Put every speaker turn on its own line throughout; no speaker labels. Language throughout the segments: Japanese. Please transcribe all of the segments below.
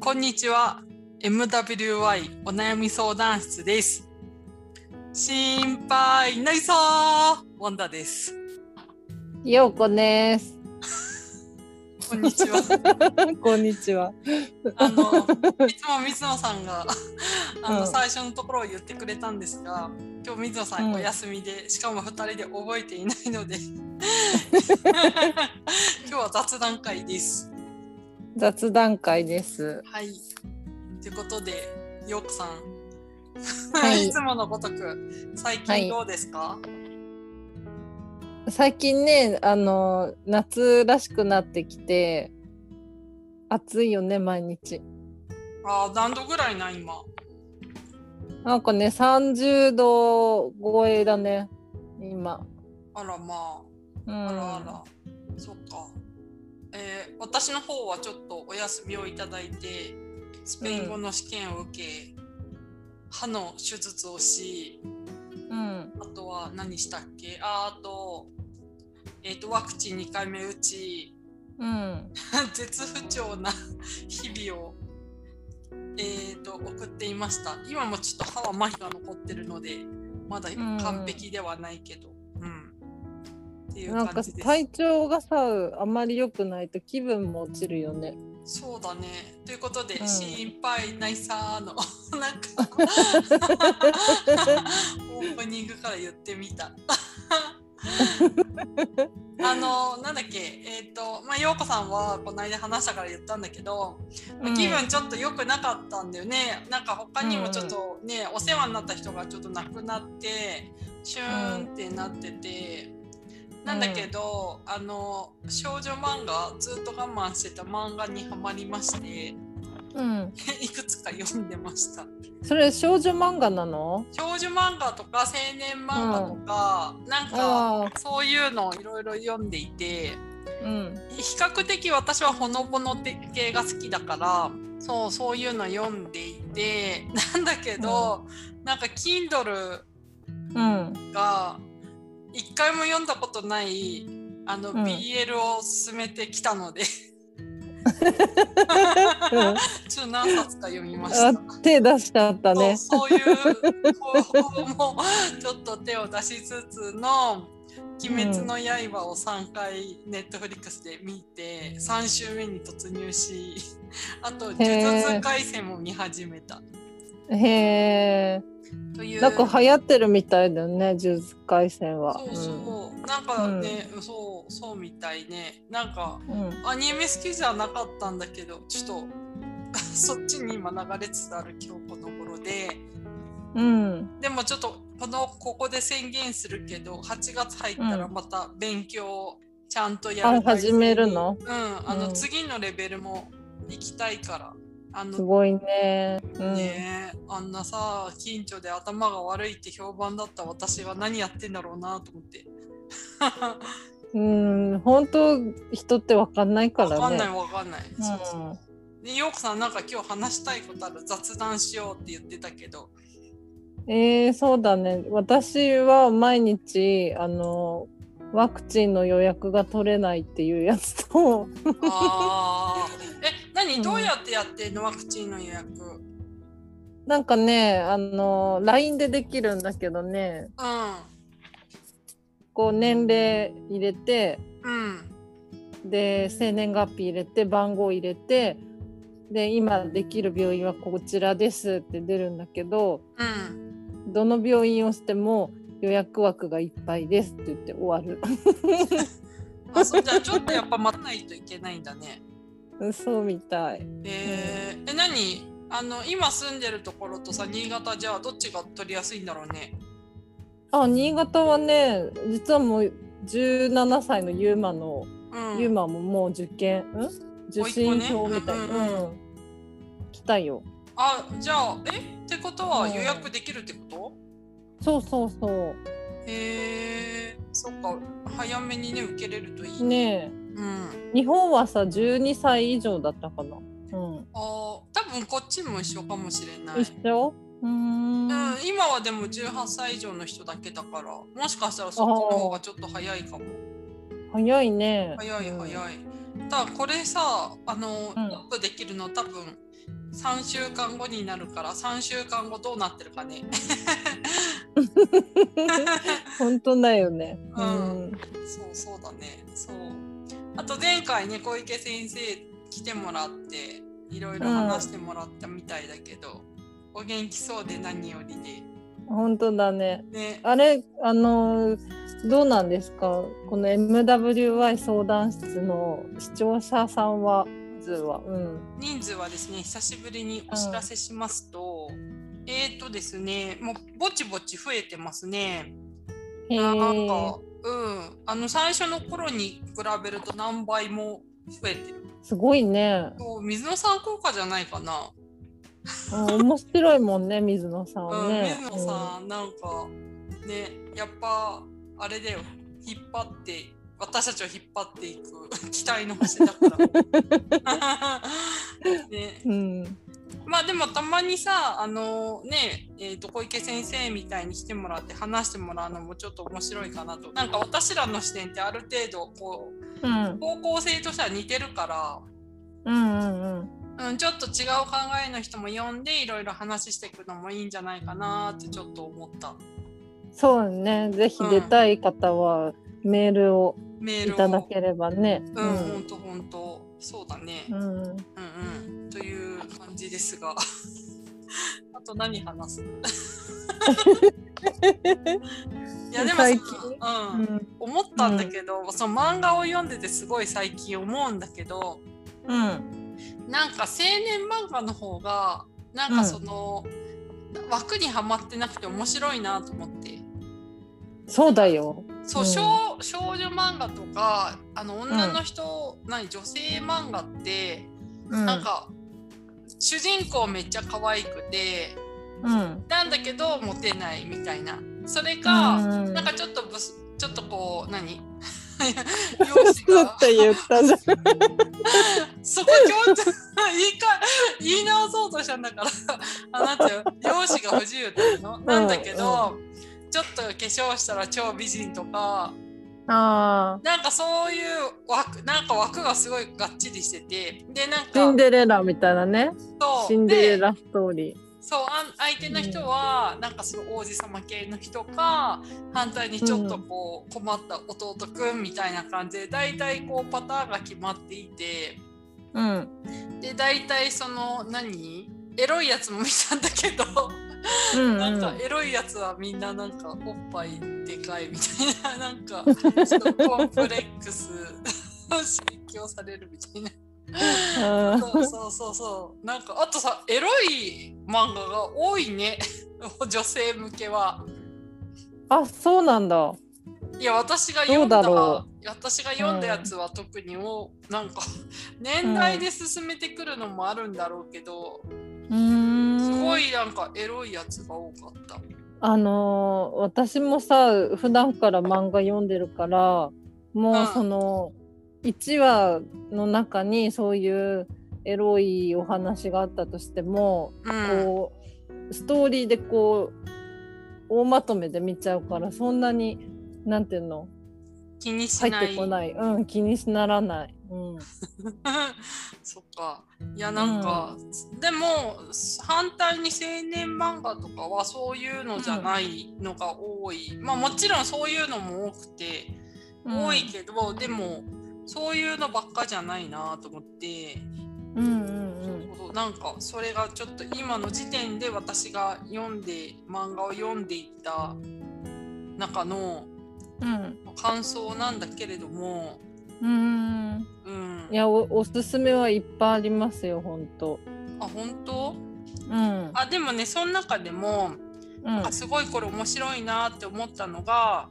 こんにちは。MWY お悩み相談室です。心配ないさーワンダです。
ようこです。
こんにちは。
こんにちは。
あのいつも水野さんがあの、
うん
最初のところを言ってくれたんですが今日水野さん
うん
お休みで、しかも2人で覚えていないの で今日は雑談会です。
雑談会です。
はいということでようこさん、
は い
いつものごとく最
はい
近どうですか、
最近ね、あの夏らしくなってきて、暑いよね毎日。
ああ何度ぐらいな今
なんかね、30度超えだね。今。
あらま
う
ああらあ
ん。
ら、そっか、えー私の方はちょっとお休みをいただいてスペイン語の試験を受け、歯の手術をし
うん。
あとは何したっけあーあと,、えー、とワクチン2回目打ち
うん。
絶不調な日々を、えー、と送っていました今もちょっと歯は麻痺が残ってるのでまだ
ん
完璧ではないけど、うんっていう
なん
感
か
じです。
体調がさ、あまり良くないと気分も落ちるよね。
そうだね。ということで、
うん
心配ないさーの なんかオープニングから言ってみた。 あのなんだっけえっ、とまあ陽子さんはこの間話したから言ったんだけど、まあ気分ちょっと良くなかったんだよね。なんか他にもちょっとね、お世話になった人がちょっと亡くなってシューンってなってて。なんだけど、あの少女漫画ずっと我慢してた漫画にはまりまして
うん。うん。
いくつか読んでました
それ少女漫画なの？
少女漫画とか青年漫画とか、なんか
ああ。
そういうのをいろいろ読んでいて
うん。
比較的私はほのぼの系が好きだからそうそういうの読んでいて なんだけど、なんか Kindle
うん。
が一回も読んだことないあの
うん
BL を進めてきたので、
うん
ちょっと何冊か読みました
あ。手出しちゃったね。
そうそういう方法もちょっと手を出しつつの「鬼滅の刃」を3回ネットフリックスで見て3週目に突入し あと「呪術廻戦」も見始めた
へえ。
という。
なんか流行ってるみたいだよね、呪術廻戦は。
そうそう、なんかね、そうそうみたいねなんか
うん。うん
アニメ好きじゃなかったんだけどちょっと そっちに今流れつつある今日この頃で
うん。
でもちょっとこのここで宣言するけど8月入ったらまた勉強をちゃんとやる、
あ始めるの
うんあの
うん
次のレベルも行きたいからあ
す
の
ごいね。うん。
ねえあんなさ近所で頭が悪いって評判だった私は何やってんだろうなと思って
うん。本当人ってわかんないか
わからんない
ね。
わかんない、そうそうでようこさんなんか今日話したいことある雑談しようって言ってたけ ど
えー、そうだね。私は毎日あのワクチンの予約が取れないっていうやつと、
ああえ
う
何
ん
どうやってやってんのワクチンの予約うん
なんかね、あの LINE でできるんだけどね、こう年齢入れて。
うん
で生年月日入れて番号入れてで今できる病院はこちらですって出るんだけど
うん、
どの病院をしても予約枠がいっぱいですって言って終わる
あそうじゃあちょっとやっぱ待たないといけないんだね。
うん そうみたい
えーえ何あの今住んでるところとさ新潟じゃあどっちが取りやすいんだろうね。
あ新潟はね実はもう17歳のユーマの、
うん、
ユーマももう受験ん受診票みたいな、
甥っ子ねうんうんうん
うん来たよ
あじゃあえってことは
うん
予約できるってこと、
そうそうそ
へえそっか早めにね受けれるといいう
ね
うん、
え日本はさ12歳以上だったかなうん
あー多分こっちも一緒かもしれない。
一緒うーん
うん、今はでも18歳以上の人だけだからもしかしたらそっちの方がちょっと早いかも。
早いね
早い
うん
早い。ただこれさあの、
うん
アップできるの多分3週間後になるから3週間後どうなってるかね
本当だよね。
うんそうそうだねそうあと前回ね小池先生来てもらっていろいろ話してもらったみたいだけど、お元気そうで何よりで
本当だね。
ね
あれあのどうなんですかこの MWI 相談室の視聴者さんは数は、うん、
人数はですね久しぶりにお知らせしますと、えー、とですねもうぼちぼち増えてますね。
へ
なん
ー
かうんあの最初の頃に比べると何倍も増えてる。
すごいね。
そう水野さん効果じゃないかな。
あ面白いもんね水野さんは
うん、
ね。
水野さん、なんかねやっぱあれだよ引っ張って私たちを引っ張っていく期待の星だ から。ね、
うん。うん
まあでもたまにさあのねえーと小池先生みたいに来てもらって話してもらうのもちょっと面白いかなとなんか私らの視点ってある程度こう
うん
方向性としては似てるから
うんうん。
うん、ちょっと違う考えの人も呼んでいろいろ話していくのもいいんじゃないかなってちょっと思った
そうね。ぜひ出たい方はメールを
メー
い
ルを
ただければね。
う
うん
ほ
ん
んとほんとそうだね
うん。
うんうんという感じですが あと何話すいやでもさ
最近
う
うんん。
思ったんだけど、その漫画を読んでてすごい最近思うんだけど
うん。
なんか青年漫画の方がなんかその、枠にはまってなくて面白いなと思って。
そうだよ。
そう、
うん
少少女漫画とかあの女の人、何女性漫画って、
うん。
なんか主人公めっちゃ可愛くて
うん。
なんだけどモテないみたいなそれか、
うん
なんかちょっとブスちょっとこう 何
ブ
容
ス
姿が
って言ったじゃん。
そこ強調言いか言い直そうとしたんだからあなんていうの容姿が不自由なのなんだけど、ちょっと化粧したら超美人とか。
ああ。
なんかそういう枠なんか枠がすごいがっちりしててでなん
シン
か
デレラみたいなね。
そう
シンデレ
で
ラストーリー。
そうあん相手の人はなんかすごい王子様系の人か反対にちょっとこう困った弟くんみたいな感じで大体こうパターンが決まっていて
うん。
で大体その何エロいやつも見たんだけど
うん、
なん
う
か
ん。
エロいやつはみんななんかおっぱいでかいみたいななんかちょっとコンプレックス 刺激をされるみたいな。
あ
そうそうそうそう。なんかあとさエロい漫画が多いね 女性向けは。
あ、そうなんだ。
いや私が読ん
どうだろ
だ私が読んだやつは特にを、なんか年代で進めてくるのもあるんだろうけど、
うん。
すごいなんかエロいやつが多かった。
あのー私もさ普段から漫画読んでるからも
うん
うその1話の中にそういうエロいお話があったとしても、
うん、
こうストーリーでこう大まとめで見ちゃうからそんなになんていうの
気にし
入
な
っ
い。
てこないうん、気にしならない。うん、
そっかいやなんか、でも反対に青年漫画とかはそういうのじゃないのが多い、まあもちろんそういうのも多くて、多いけどでもそういうのばっかじゃないなと思って、
うんうん
そうそうなんかそれがちょっと今の時点で私が読んで漫画を読んでいった中の
うんうん
感想なんだけれども、
うん
うん、
いやおおすすめはいっぱいありますよ本当。
あ本当
うん
あでもねその中でも
うん
あすごいこれ面白いなって思ったのが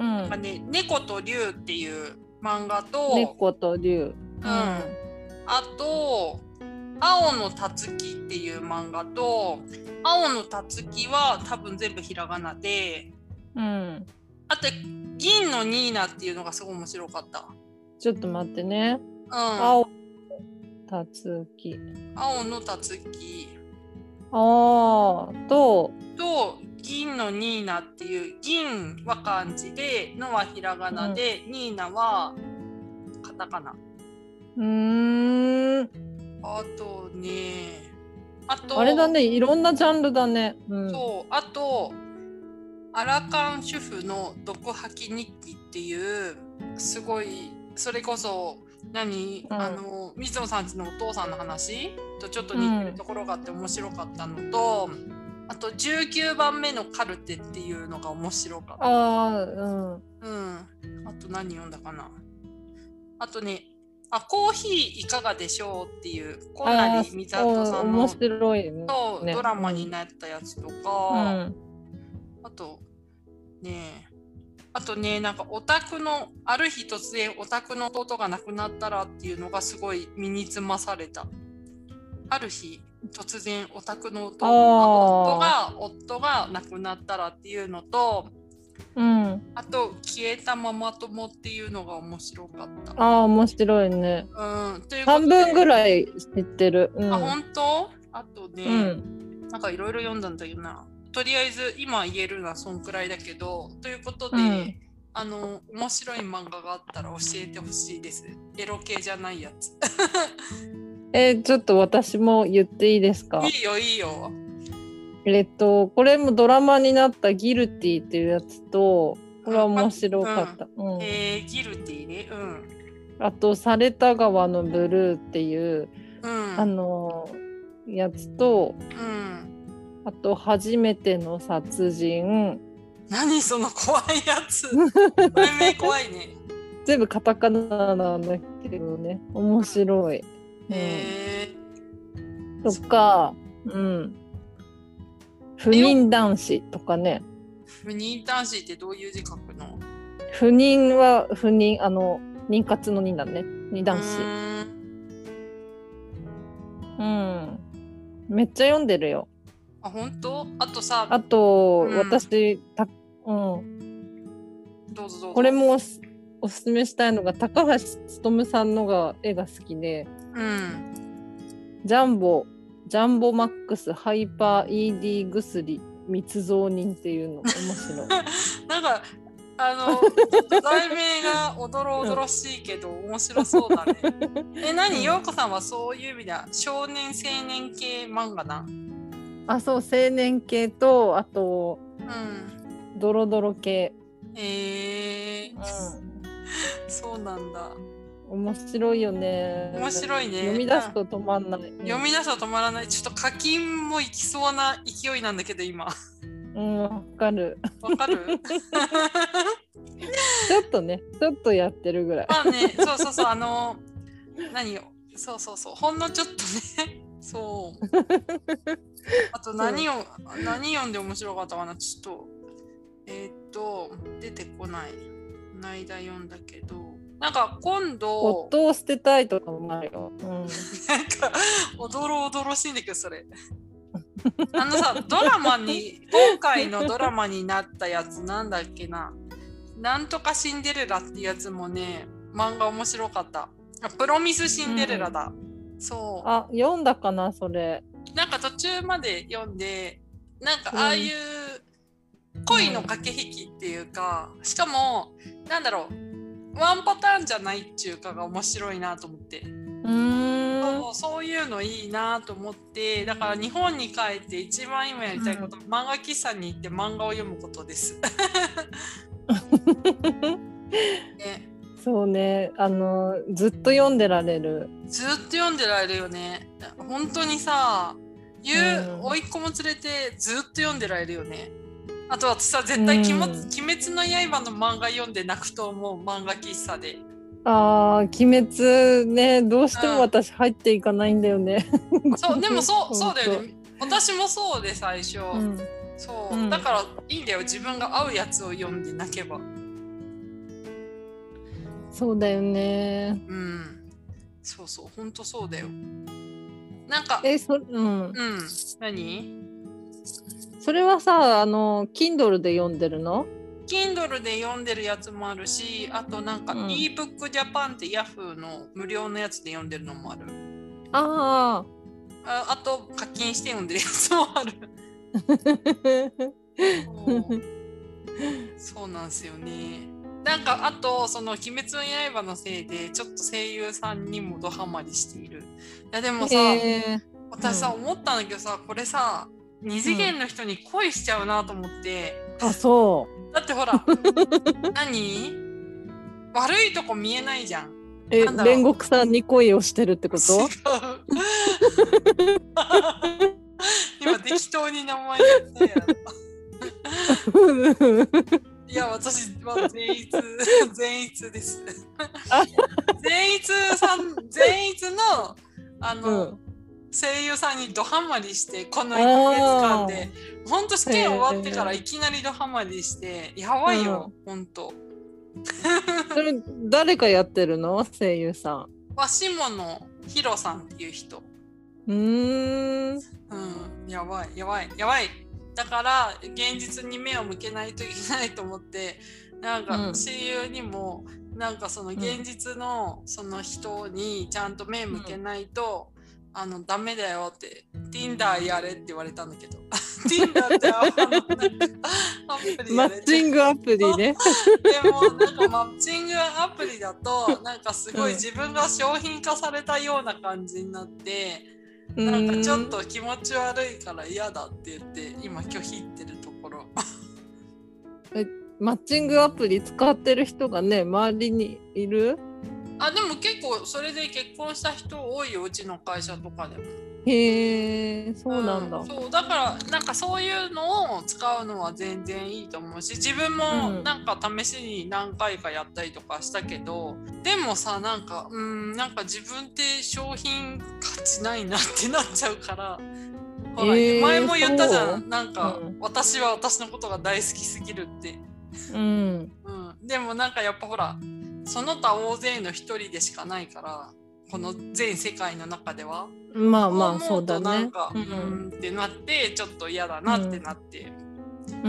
「なん
ん
かね、猫と竜」っていう漫画と、
猫と竜。
うんあと「青のたつき」っていう漫画と「青のたつき」は多分全部ひらがなで
うん。
あと「銀のニーナ」っていうのがすごい面白かった。
ちょっと待ってね。
うん、青
青。たつき。
のたつき
ああ。と。
と銀のニーナっていう銀は漢字でのはひらがなで、ニーナはカタカナ
うーん。
あとね、あと
あれだねいろんなジャンルだね、うん、
そうあとアラカン主婦の「毒吐き日記」っていうすごいそれこそ何、
うん
あの水野さんちのお父さんの話とちょっと似てるところがあって面白かったのと、あと19番目の「カルテ」っていうのが面白かった。
あーう
う
ん
ん。あと何読んだかな。あとね、あコーヒーいかがでしょうっていう、こんな
あ
りみざと
ー
さ
お
んの
面白いね
そう
ね
ドラマになったやつと
う
か、
ん
あとね、あとね、なんかオタクの、ある日突然オタクの弟が亡くなったらっていうのがすごい身につまされた。ある日突然オタクの弟夫が
あ
夫が亡くなったらっていうのと、
うん、
あと「消えたママ友」っていうのが面白かった。
ああ面白いね
うん、ということで
半分ぐらい知ってる、うん、
あ本当あとね、
うん、
なんかいろいろ読んだんだよな。とりあえず今言えるのはそんくらいだけどということで、
うん
あの面白い漫画があったら教えてほしいです。エロ系じゃないやつ。
えーちょっと私も言っていいですか
いいよいいよ。
えっとこれもドラマになった「ギルティ」っていうやつとこれは面白かった、うん
えー、ギルティね。うん。
あと「された川のブルー」っていう、
うん。
あのーやつと
うん、
あと「初めての殺人
何その怖いや つ。題名怖いね。」
全部カタカナなんだけどね面白い、う
えー
ん、とかうん不妊男子とかね
不妊男子ってどういう字書くの
不妊は不妊あの妊活の妊だね妊男
う
子
ーん
うんめっちゃ読んでるよ
あ本当あとさ
あと、
うん
私た、うん、
どうぞどうぞ
これもおすおすすめしたいのが高橋勉さんのが絵が好きで
うん
「ジャンボジャンボマックスハイパー ED 薬密造人」っていうの面白い
なんかあのちょっと題名がおどろおどろしいけど面白そうだ ねえ何陽子さんはそういう意味だ少年青年系漫画な
あそう青年系とあと
うん
ドロドロ系、
へえそうなんだ
面白いよね
面白いね
読み出すと止まんない、
読み出すと止まらないちょっと課金もいきそうな勢いなんだけど今
うんわかる
わかる
ちょっとねちょっとやってるぐらい
まあね、そうそうそう、あの、何よ、そうそうそう、ほんのちょっとね、 そう。あと何を、何読んで面白かったかな、ちょっと、えーっと、出てこない。こないだ読んだけど、なんか今度、
夫を捨てたいとかもあるよ、うん
なんか、おどろおどろしいんだけど、それ。あのさ、ドラマに、今回のドラマになったやつ、なんだっけな。なんとかシンデレラってやつもね、漫画面白かった。あプロミスシンデレラだ。そ
あ読んだかなそれ
う。なんか途中まで読んで、なんかああいう恋の駆け引きっていうか、しかも、なんだろう、ワンパターンじゃないっていうかが面白いなと思って。
うーん
そうそういうのいいなと思ってだから日本に帰って一番今やりたいことは、漫画喫茶に行って漫画を読むこと です。ね、
そうねあのずっと読んでられる
ずっと読んでられるよね本当にさゆう、
うん
甥っ子も連れてずっと読んでられるよね。あと私さ絶対鬼滅,、
うん
鬼滅の刃」の漫画読んで泣くと思う漫画喫茶 で。
あー鬼滅ねどうして
うん
も私入っていかないんだよね、
そうでもそうそう
本当
だよね私もそうで最初。
うん
そう、
うん
だからいいんだよ自分が合うやつを読んで泣けば
そうだよね
うんそうそうほんとそうだよなんか
えそ,、うん、
うん何
それはさあの Kindle で読んでるの
Kindle で読んでるやつもあるしあとなんか
うん
ebook Japan って Yahoo の無料のやつで読んでるのもある
あ
ああと課金して読んでるやつも ある
あ
そうそうなんですよねなんかあとその「鬼滅の刃」のせいでちょっと声優さんにもドハマりしているいやでもさ、
えー
私さ、思ったんだけどさこれさ二次元の人に恋しちゃうなと思って、
あそ
だってほら 何悪いとこ見えないじゃん。
うえ
なんだろう
煉獄さんに恋をしてるってこ
違
と
う 今適当に名前やったやんいや私は善逸 善逸です
あ
善逸さん善逸のあ
う
の、
ん、
声優さんにドハマりしてこの1ヶ月間で本当試験終わってからいきなりドハマりしてやばいよ本当
それ誰かやってるの声優さ
わしものひろさんっていう人
んうーん
うんやばいやばいやばいだから現実に目を向けないといけないと思ってなん
う
か
ん
親友にもなんかその現実のその人にちゃんと目向けないと、あのダメだよって Tinder やれって言われたんだけど Tinder ってあのなんかアプリ
マ
やれ
ッ
って
チングアプリね
でもなんかマッチングアプリだとなんかすごい自分が商品化されたような感じになって。 なんかちょっと気持ち悪いから嫌だって言って今拒否ってるところ
マッチングアプリ使ってる人がね周りにいる
あでも結構それで結婚した人多いようちの会社とかでも
へえそうなんだ、
うそうだからなんかそういうのを使うのは全然いいと思うし自分
う
も
ん
なんか試しに何回かやったりとかしたけど、でもさなんかうんなんか自分って商品価値ないなってなっちゃうから。ほら
えー
前も言ったじゃ
そ
んなんか、
うん
私は私のことが大好きすぎるって
うん
うん、でもなんかやっぱほらその他大勢の一人でしかないからこの全世界の中では
まあまあ
思
そうだ
とな
ね
んかう
うんん
ってなってちょっと嫌だなってなって
う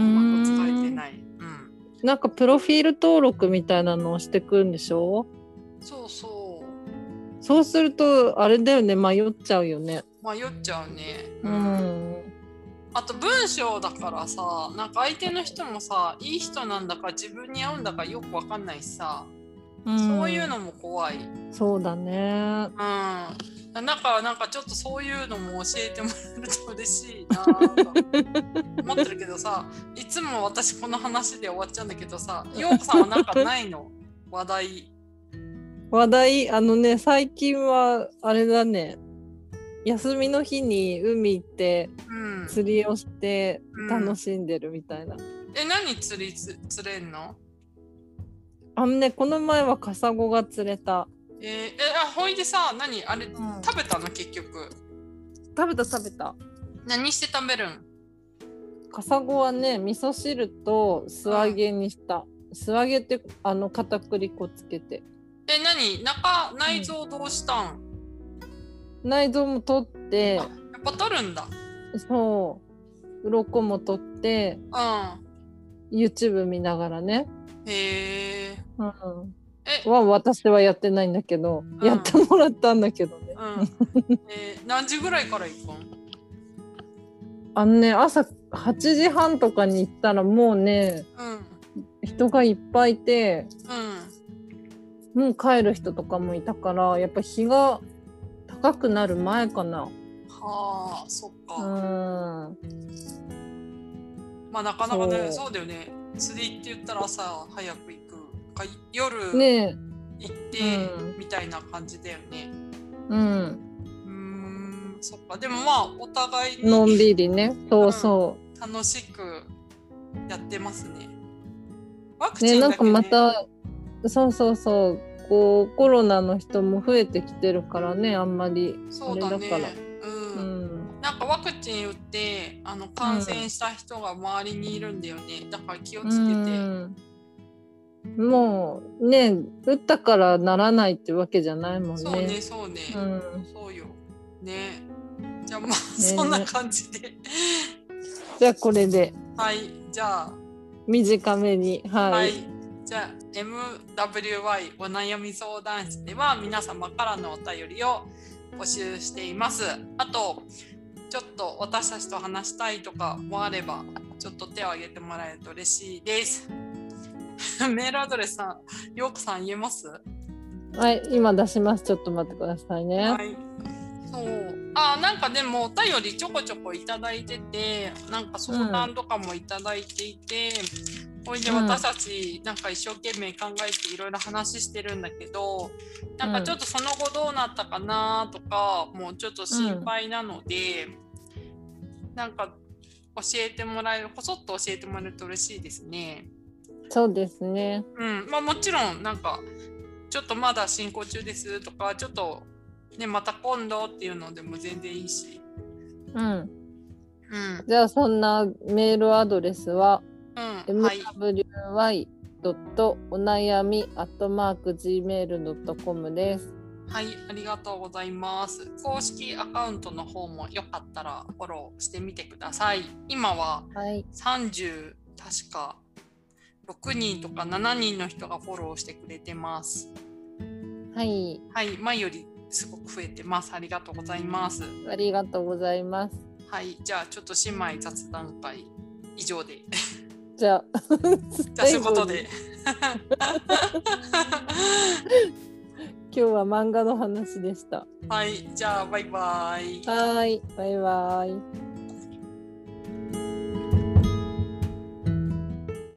うまく使えて
ん
ない、うん、
なんかプロフィール登録みたいなのをしてくんでしょ
そうそう
そうするとあれだよね迷っちゃうよね
迷っちゃうね、
うん
あと文章だからさなんか相手の人もさいい人なんだか自分に合うんだかよくわかんないしさ、そういうのも怖い
そうだね
うん、だからなんかちょっとそういうのも教えてもらえると嬉しい なと思ってるけどさいつも私この話で終わっちゃうんだけどさようこさんはなんかないの話題
話題あのね最近はあれだね休みの日に海行って
うん、
釣りをして
うん
楽しんでるみたいな、
え何釣りつ釣れんの
あのねこの前はカサゴが釣れた、
えーえあほいでさ何あれ食べたの結局
食べた食べた
何して食べるん
カサゴはね味噌汁と素揚げにした、素揚げってあの片栗粉つけて
え何中内臓どうしたん、
内臓も取って
あやっぱ取るんだ
そう鱗も取って
う
YouTube 見ながらね、
んへえ
うん、
え
は私はやってないんだけど、
うん
やってもらったんだけどね
うん、えー何時ぐらいから行くん
あのね朝8時半とかに行ったらもうね
うん
人がいっぱいいて
う
もう帰る人とかもいたからやっぱ日が高くなる前かな。
ん、はあそっ
う
か、
ん
まあなかなかね
そう
そうだよね釣りって言ったら朝早く行くか夜行っ
ね
て、
うん
みたいな感じだよね
えうん
うーんそっかでもまあお互い
のん
に
びりねそうそ
楽しくやってますねワク
う。
チ
ね
ン
なん
だ
か
け、ね
またそうそうそうこうコロナの人も増えてきてるからねあんまり。
そうだね
あれだから
うん
う、ん、
なんかワクチン打ってあの感染した人が周りにいるんだよね、だから気をつけて、
うんもうね打ったからならないってわけじゃないもんね。
そうねそうね、
うん
そうよ。ね。じゃあまあ、そんな感じで。
じゃあこれで
はい。じゃ
短めに
あ、
は
は
い、
い。じゃあ MWY お悩み相談室では皆様からのお便りを募集しています。あとちょっと私たちと話したいとかもあればちょっと手を挙げてもらえると嬉しいです。 メールアドレスさん、ようこさん言えます
はい、今出しますちょっと待ってくださいね、
はい。そうあなんかでもお便りちょこちょこいただいててなんか相談とかもいただいていて、ほいで
うん
私たちなんか一生懸命考えていろいろ話してるんだけどなんかちょっとその後どうなったかなとかもうちょっと心配なので、なんか教えてもらえるこそっと教えてもらえると嬉しいですね。
そうですね。
うんまあ、もちろんなんかちょっとまだ進行中ですとかちょっと、ね、また今度っていうのでも全然いいし。
うん。
うん
じゃあそんなメールアドレスは、
うん、はい、
mwy. お悩み gmail.com です。
はい、ありがとうございます。公式アカウントの方もよかったらフォローしてみてください。今は
はい。
30確か6人とか7人の人がフォローしてくれてます。
はい。
はい、前よりすごく増えてます。ありがとうございます。
ありがとうございます。
はい、じゃあちょっと姉妹雑談会以上で。
じゃあ、
じゃあそういうことで。
今日は漫画の話でした。
はい、じゃあバイバイ。
はーい。バイバイ。